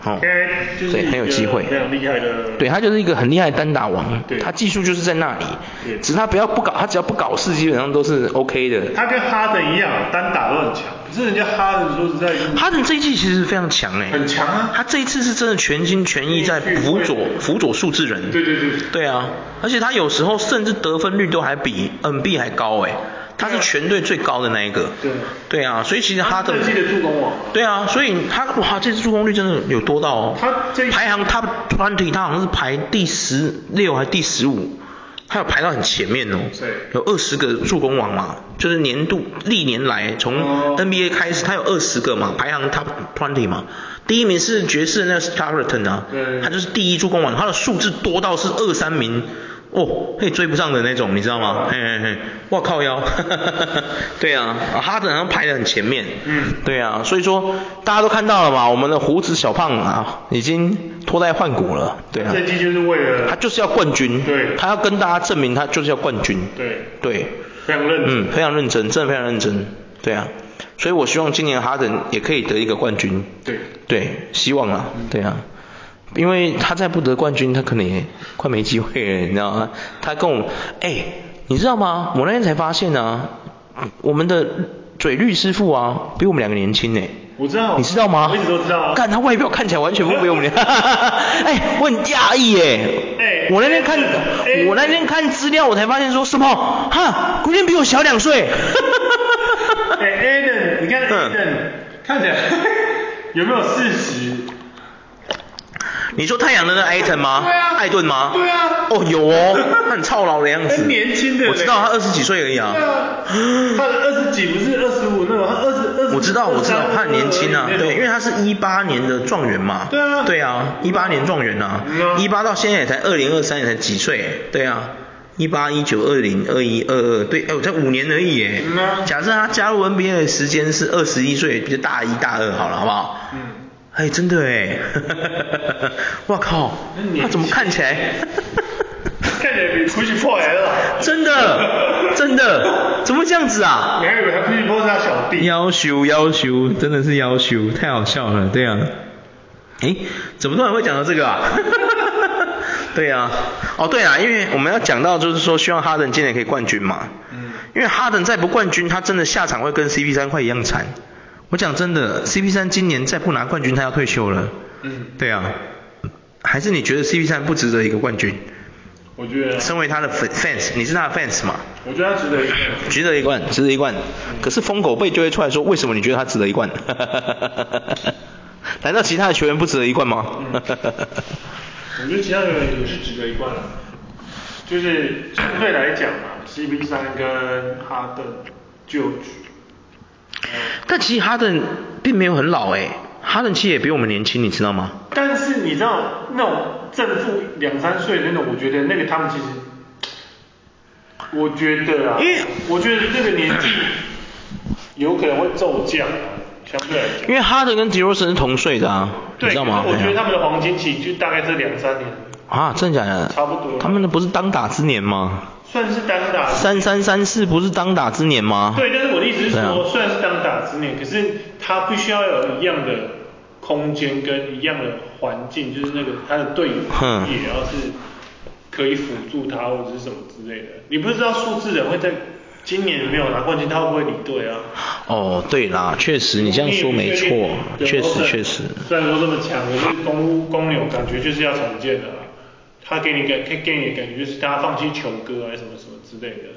Speaker 2: 哦。
Speaker 3: 应该就是
Speaker 2: 对，很有机会
Speaker 3: 一。个非常厉害的，
Speaker 2: 对他就是一个很厉害的单打王，
Speaker 3: 对
Speaker 2: 他技术就是在那里
Speaker 3: 对，
Speaker 2: 只是他不要不搞，他只要不搞事，基本上都是 OK 的。
Speaker 1: 他跟哈登一样，单打都很强，可是人家哈登说实在，
Speaker 2: 哈登这一季其实非常强哎、
Speaker 1: 很强啊
Speaker 2: 他这一次是真的全心全意在辅佐辅佐数字人。
Speaker 1: 对对对
Speaker 2: 对啊，而且他有时候甚至得分率都还比 NB 还高哎、他是全队最高的那一个。
Speaker 1: 啊对
Speaker 2: 对啊，所以其实哈登
Speaker 1: 这。季的助攻王，
Speaker 2: 对啊，所以他哇，这次助攻率真的有多到哦。
Speaker 1: 他这
Speaker 2: 排行 Top 20，他好像是排第十六还是第十五，他有排到很前面哦。
Speaker 1: 对
Speaker 2: 有二十个助攻王嘛，就是年度历年来从
Speaker 1: 哦
Speaker 2: NBA 开始，他有二十个嘛，排行 Top 20嘛。第一名是爵士的那个 Starleton 啊，
Speaker 1: 对
Speaker 2: 他就是第一助攻王，他的数字多到是二三名。哦，嘿，追不上的那种，你知道
Speaker 1: 哦
Speaker 2: 吗？嘿嘿嘿，哇靠腰， 对啊，啊哈登好像排得很前面，
Speaker 1: 嗯
Speaker 2: 对啊，所以说大家都看到了嘛，我们的胡子小胖啊，已经脱胎换骨了，对啊，
Speaker 1: 这季就是为了
Speaker 2: 他就是要冠军，
Speaker 1: 对
Speaker 2: 他要跟大家证明他就是要冠军，
Speaker 1: 对
Speaker 2: 对，
Speaker 1: 非常认真，
Speaker 2: 嗯，非常认真，真的非常认真，对啊，所以我希望今年哈登也可以得一个冠军，
Speaker 1: 对，
Speaker 2: 对，希望啦，对啊，因为他再不得冠军，他可能也快没机会了，你知道吗？他跟我们，哎，你知道吗？我那天才发现啊，我们的嘴律师傅啊，比我们两个年轻呢。
Speaker 1: 我知道，
Speaker 2: 你知道吗？
Speaker 1: 哦我一直都知道啊，
Speaker 2: 干他外表看起来完全不比我们 俩，哎，我很讶异哎。
Speaker 1: 哎
Speaker 2: 我那天看，
Speaker 1: 哎
Speaker 2: 我那天看资料，我才发现说什么？哈，古天比我小两 岁。嗯
Speaker 1: 哎 a d e n 你看 a d e n 看起来有没有四十？
Speaker 2: 你说太阳能的艾顿吗？
Speaker 1: 对啊
Speaker 2: 艾顿吗？
Speaker 1: 对啊
Speaker 2: 哦，有哦，他很操劳的样子。
Speaker 1: 很年轻的嘞
Speaker 2: 我知道他二十几岁而已啊。
Speaker 1: 他的二十几不是二十五那种，他二十二十，
Speaker 2: 我知道，我知道，他很年轻啊，
Speaker 1: 23
Speaker 2: 对，因为他是一八年的状元嘛。
Speaker 1: 对啊
Speaker 2: 对啊，一八年状元啊
Speaker 1: 嗯啊，
Speaker 2: 一八到现在也才二零二三，也才几岁？对啊，一八一九二零二一二二，对，哎，我才五年而已耶
Speaker 1: 嗯啊。
Speaker 2: 假设他加入 NBA 的时间是二十一岁，比较大一大二好了，好不好？
Speaker 1: 嗯
Speaker 2: 哎，真 的哎，哇靠
Speaker 1: 那，年轻
Speaker 2: 他怎么看起来？
Speaker 1: 看起来比 Push p o 还老。
Speaker 2: 真的，真的，怎么会这样子啊？
Speaker 1: 你还以为他 Push p o 是他小弟？
Speaker 2: 要求要求，真的是要求，太好笑了，对啊。诶，怎么突然会讲到这个啊？ 对啊，哦对啊，因为我们要讲到就是说，希望哈登今年可以冠军嘛。
Speaker 1: 嗯
Speaker 2: 因为哈登再不冠军，他真的下场会跟 CP 三快一样惨。我讲真的，CP 三今年再不拿冠军，他要退休了。
Speaker 1: 嗯，
Speaker 2: 对啊，还是你觉得 CP 三不值得一个冠军？
Speaker 1: 我觉得，
Speaker 2: 身为他的 fan- fans，你是他的 fans 嘛？
Speaker 1: 我觉得他值得一个。
Speaker 2: 值得一冠，值得一冠。可是疯狗贝就会出来说，为什么你觉得他值得一冠？ 难道其他的球员不值得一冠吗？
Speaker 1: 我觉得其他人也是值得一冠的，就是相对来讲嘛，CP 三跟哈登就，
Speaker 2: 但其实哈登并没有很老哎、哈登其实也比我们年轻，你知道吗？
Speaker 1: 但是你知道那种正负两三岁的那种，我觉得那个他们其实，我觉得啊，
Speaker 2: 因为
Speaker 1: 我觉得那个年纪有可能会骤降啊，相对来讲，
Speaker 2: 因为哈登跟迪罗森是同岁的啊，你
Speaker 1: 对，
Speaker 2: 知道吗？
Speaker 1: 可是我觉得
Speaker 2: 哎呀
Speaker 1: 他们的黄金期就大概这两三年，
Speaker 2: 啊，真的假的？
Speaker 1: 差不多了
Speaker 2: 他们的不是当打之年吗？
Speaker 1: 算是单打
Speaker 2: 三三三四不是当打之年吗？
Speaker 1: 对，但是我的意思是
Speaker 2: 对啊
Speaker 1: 说，虽然是当打之年，可是他必须要有一样的空间跟一样的环境，就是那个他的队友
Speaker 2: 哼
Speaker 1: 也要是可以辅助他或者是什么之类的。你不知道数字人会在今年没有拿冠军，他会不会离队啊？
Speaker 2: 哦，对啦，确实你这样说没错，确实确实。
Speaker 1: 虽然说这么强，可是公公牛感觉就是要重建的啦。他给你感，给你的感觉就是大家放弃球哥啊，什么什么之类的。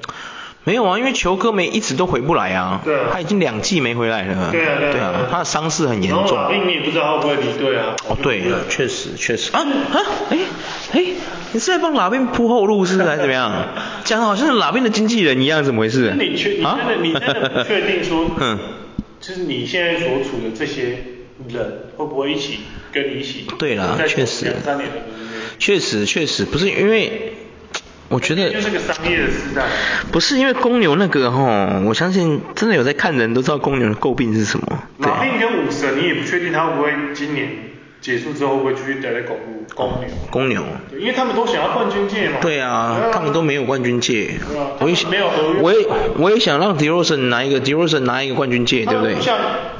Speaker 2: 没有啊，因为球哥没一直都回不来啊。
Speaker 1: 对啊
Speaker 2: 他已经两季没回来了。
Speaker 1: 对啊对啊
Speaker 2: 对
Speaker 1: 对啊
Speaker 2: 他的伤势很严
Speaker 1: 然后
Speaker 2: 重。
Speaker 1: 老兵你也不知道他会不会离队啊？
Speaker 2: 哦，对，确实确实。啊啊，哎哎，你是在帮拉宾铺后路是不是还是怎 么样？讲的好像是拉宾的经纪人一样，怎么回事？，
Speaker 1: 那 你确你真的你真的不确定说
Speaker 2: 啊 嗯，
Speaker 1: 就是你现在所处的这些人会不会一起跟你一起？
Speaker 2: 对啦
Speaker 1: 在
Speaker 2: 确实
Speaker 1: 两三年的对不
Speaker 2: 确实确实不是因为，我觉得
Speaker 1: 对？就是个商业的时代，
Speaker 2: 不是因为公牛那个吼，我相信真的有在看的人都知道公牛的诟病是什么。对
Speaker 1: 马并跟武神，你也不确定他会不会今年结束之后会不会继续待在公路公牛，
Speaker 2: 公牛。
Speaker 1: 对，因为他们都想要冠军戒嘛。
Speaker 2: 对啊，他们都没有冠军戒
Speaker 1: 对啊。
Speaker 2: 我也
Speaker 1: 他们没有合约
Speaker 2: 我也我也想让迪罗森拿一个迪罗森拿一个冠军戒，
Speaker 1: 他
Speaker 2: 对
Speaker 1: 们
Speaker 2: 不对？
Speaker 1: 像，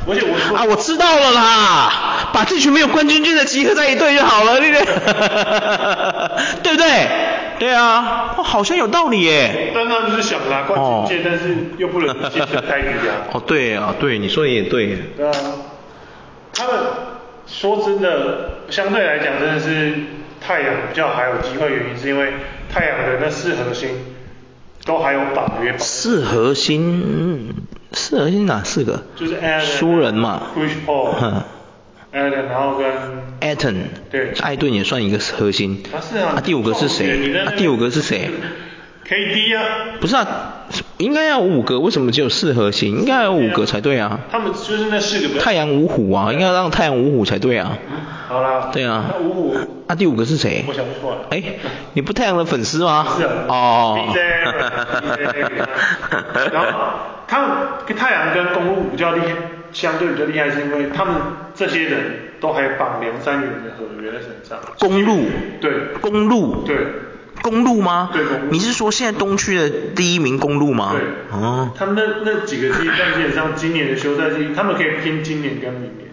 Speaker 1: 而且我
Speaker 2: 啊，我知道了啦，把这群没有冠军戒的集合在一队就好了，对 不对？对不对？对啊，哦，好像有道理耶。
Speaker 1: 但他们就是想拿冠军戒，
Speaker 2: 哦
Speaker 1: 但是又不 能借钱待遇啊。
Speaker 2: 哦，对啊，对，你说的也对。
Speaker 1: 对啊，他们说真的，相对来讲真的是太阳比较还有机会，原因是因为太阳的那四核心都还有绑约绑，
Speaker 2: 四核心，嗯四核心哪四个？
Speaker 1: 就是 Allen
Speaker 2: 输人嘛。
Speaker 1: Chris Paul
Speaker 2: 嗯
Speaker 1: Allen，然后跟
Speaker 2: a t o n
Speaker 1: 对
Speaker 2: 艾顿也算一个核心。
Speaker 1: 啊是啊
Speaker 2: 第五个是谁
Speaker 1: 你在？那
Speaker 2: 啊
Speaker 1: 边，
Speaker 2: 第五个是谁？
Speaker 1: KD 啊，
Speaker 2: 不是啊，应该要有五个，为什么只有四核心？应该要有五个才对啊。
Speaker 1: 他们就是那四个比较
Speaker 2: 太阳五虎啊，应该要让太阳五虎才对啊。
Speaker 1: 好啦，
Speaker 2: 对啊
Speaker 1: 那五虎
Speaker 2: 啊，第五个是谁
Speaker 1: 我？想不出来，
Speaker 2: 哎，你不太阳的粉丝吗？
Speaker 1: 不是啊
Speaker 2: 哦。
Speaker 1: ，DJ，Aaron，DJ 然后他们跟太阳跟公路比较厉害，相对比较厉害，是因为他们这些人都还绑梁三元的合约在身上。
Speaker 2: 公路。
Speaker 1: 对
Speaker 2: 公路。
Speaker 1: 对。
Speaker 2: 公路吗？
Speaker 1: 对公路
Speaker 2: 你是说现在东区的第一名公路吗？
Speaker 1: 对，
Speaker 2: 哦。
Speaker 1: 他们那那几个季，但基本上今年的休赛季，他们可以拼今年跟明年。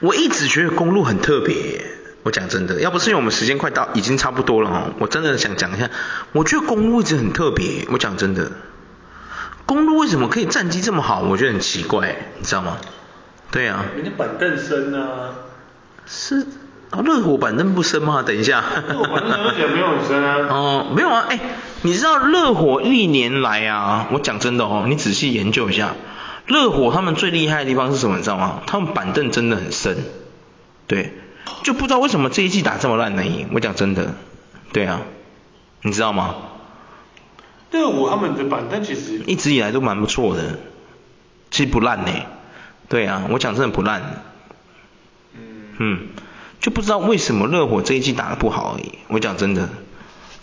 Speaker 2: 我一直觉得公路很特别耶。我讲真的，要不是因为我们时间快到，已经差不多了哦。我真的想讲一下，我觉得公路一直很特别耶。我讲真的，公路为什么可以战绩这么好？我觉得很奇怪，你知道吗？对啊，
Speaker 1: 人家板凳深啊，
Speaker 2: 是哦热火板凳不深吗？等一下，
Speaker 1: 那我板凳深而且没有很深啊。
Speaker 2: 哦，没有啊，哎，你知道热火历年来啊，我讲真的哦，你仔细研究一下，热火他们最厉害的地方是什么？你知道吗？他们板凳真的很深，对，就不知道为什么这一季打这么烂而已。我讲真的，对啊，你知道吗？
Speaker 1: 热舞他们的板凳其实
Speaker 2: 一直以来都蛮不错的，其实不烂呢、对啊，我讲真的不烂。嗯，就不知道为什么热火这一季打得不好而已。我讲真的，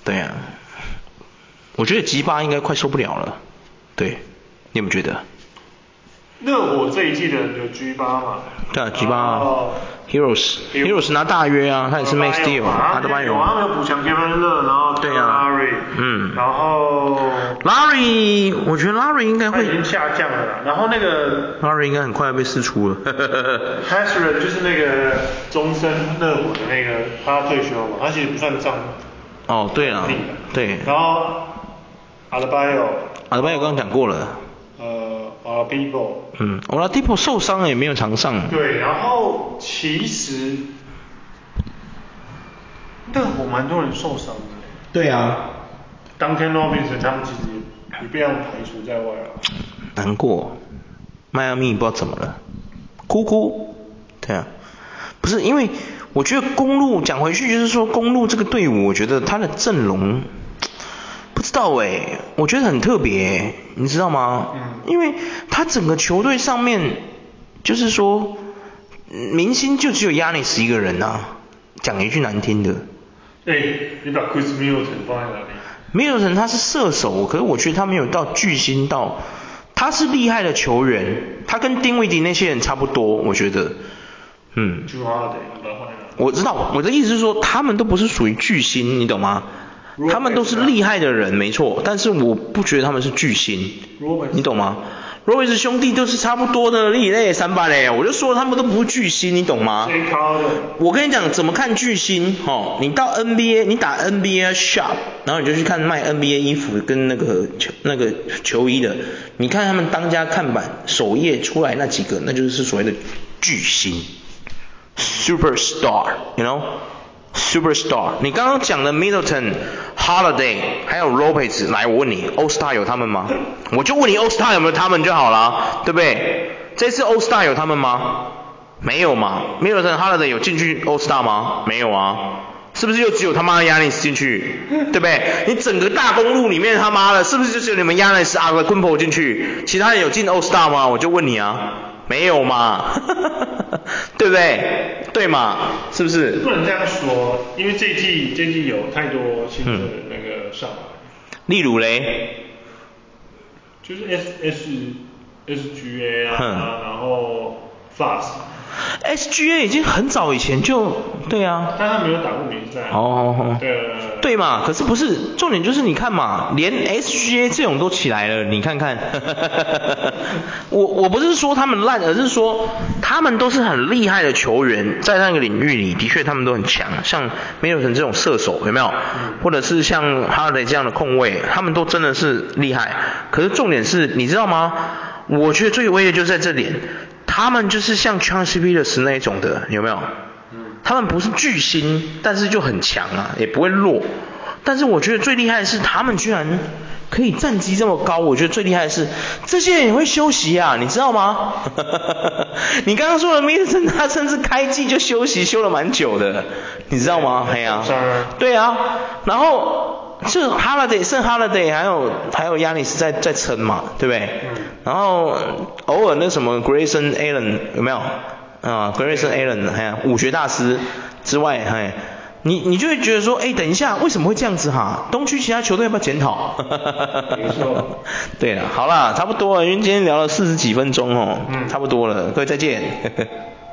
Speaker 2: 对啊，我觉得吉巴应该快受不了了。对，你有没有觉得？
Speaker 1: 热火这一季的有 G 八嘛，
Speaker 2: 对啊，吉巴、啊
Speaker 1: 哦
Speaker 2: Heroes Heroes 拿大约啊，他也是 Max Deal，
Speaker 1: 他
Speaker 2: 阿德巴
Speaker 1: 有啊，他们有补强 Kevin Love，然后
Speaker 2: 对啊
Speaker 1: Curry，
Speaker 2: 嗯
Speaker 1: 然后
Speaker 2: Larry，我觉得 Larry 应该
Speaker 1: 他
Speaker 2: 会
Speaker 1: 已经下降了啦，然后那个
Speaker 2: ，Larry 应该很快要被释出了。
Speaker 1: h a s r e 就是那个终身热火的那个，他退休嘛，他其实不算账
Speaker 2: 哦，对了
Speaker 1: 力的，，
Speaker 2: 对，
Speaker 1: 然后阿德巴有，
Speaker 2: 阿德巴有刚刚讲过了，
Speaker 1: 呃，啊 b i b o
Speaker 2: 嗯，我拉蒂普受伤了也没有常上，
Speaker 1: 对，然后其实热火蛮多人受伤的。
Speaker 2: 对啊，
Speaker 1: 当天 Robinson 他们其实也被他们排除在外啊了。
Speaker 2: 难过，迈阿密不知道怎么了，哭哭，对啊，不是因为我觉得公路讲回去就是说公路这个队伍，我觉得他的阵容不知道哎、我觉得很特别、欸你知道吗？
Speaker 1: 嗯
Speaker 2: 因为他整个球队上面就是说嗯明星就只有亚尼斯一个人啊，讲一句难听的。
Speaker 1: 哎、你把 Chris Middleton 放在哪里？
Speaker 2: 没有人他是射手，可是我觉得他没有到巨星到，他是厉害的球员，他跟丁威迪那些人差不多，我觉得，嗯，
Speaker 1: j u h a r d 你把它放在哪里？
Speaker 2: 我知道，我的意思是说，他们都不是属于巨星，你懂吗？他们都是厉害的人，没错，但是我不觉得他们是巨星
Speaker 1: Robinson，
Speaker 2: 你懂吗？罗维斯兄弟都是差不多的一类三八嘞，我就说他们都不是巨星，你懂吗？
Speaker 1: 最高的
Speaker 2: 我跟你讲，怎么看巨星？哦，你到 NBA，你打 NBA shop，然后你就去看卖 NBA 衣服跟那个球那个球衣的，你看他们当家看板首页出来那几个，那就是所谓的巨星，superstar，you know，superstar。你刚刚讲的 Middleton、Holiday 还有 Lopez，来，我问你，All Star 有他们吗？我就问你，All Star 有没有他们就好了，对不对？这次 All Star 有他们吗？没有嘛？Middleton、Holiday 有进去 All Star 吗？没有啊，是不是就只有他妈的 Yanis 进去，对不对？你整个大公路里面他妈的，是不是就只有你们 Yanis、阿克、昆 o 进去，其他人有进 All Star 吗？我就问你啊，没有嘛， 对不对？对嘛？是不是？
Speaker 1: 不能这样说，因为这一季这一季有太多新的
Speaker 2: 嗯
Speaker 1: 那个上来，
Speaker 2: 例如嘞，
Speaker 1: 就是 S S S G A 啊，
Speaker 2: 哼
Speaker 1: 然后 Fast，
Speaker 2: SGA 已经很早以前就对啊，
Speaker 1: 但他没有打过明星赛啊。
Speaker 2: 哦哦哦
Speaker 1: 对
Speaker 2: 对嘛？可是不是重点就是你看嘛，连 SGA 这种都起来了，你看看。我我不是说他们烂，而是说他们都是很厉害的球员，在那个领域里的确他们都很强，像 Middleton 这种射手有没有？或者是像 Holiday 这样的控卫，他们都真的是厉害。可是重点是，你知道吗？我觉得最危的就是在这点，他们就是像 Chance p e t e r s 那一种的，有没有？他们不是巨星，但是就很强啊，也不会弱。但是我觉得最厉害的是，他们居然可以战绩这么高。我觉得最厉害的是，这些人也会休息啊，你知道吗？ 你刚刚说的 m i d d l e t o n 他甚至开季就休息，休了蛮久的，你知道吗？哎呀、
Speaker 1: 受伤啊
Speaker 2: 对啊，然后就 Holiday 剩 Holiday 还有还有 Yanis 在在撑嘛，对不对？
Speaker 1: 嗯
Speaker 2: 然后偶尔那什么 Grayson Allen 有没有？啊、g r a y s o n Allen 哎呀，武学大师之外，哎，你你就会觉得说，哎，等一下，为什么会这样子哈？东区其他球队要不要检讨？啊
Speaker 1: 没错。
Speaker 2: 对了，好啦，差不多了，因为今天聊了四十几分钟哦，
Speaker 1: 嗯
Speaker 2: 差不多了，各位再见。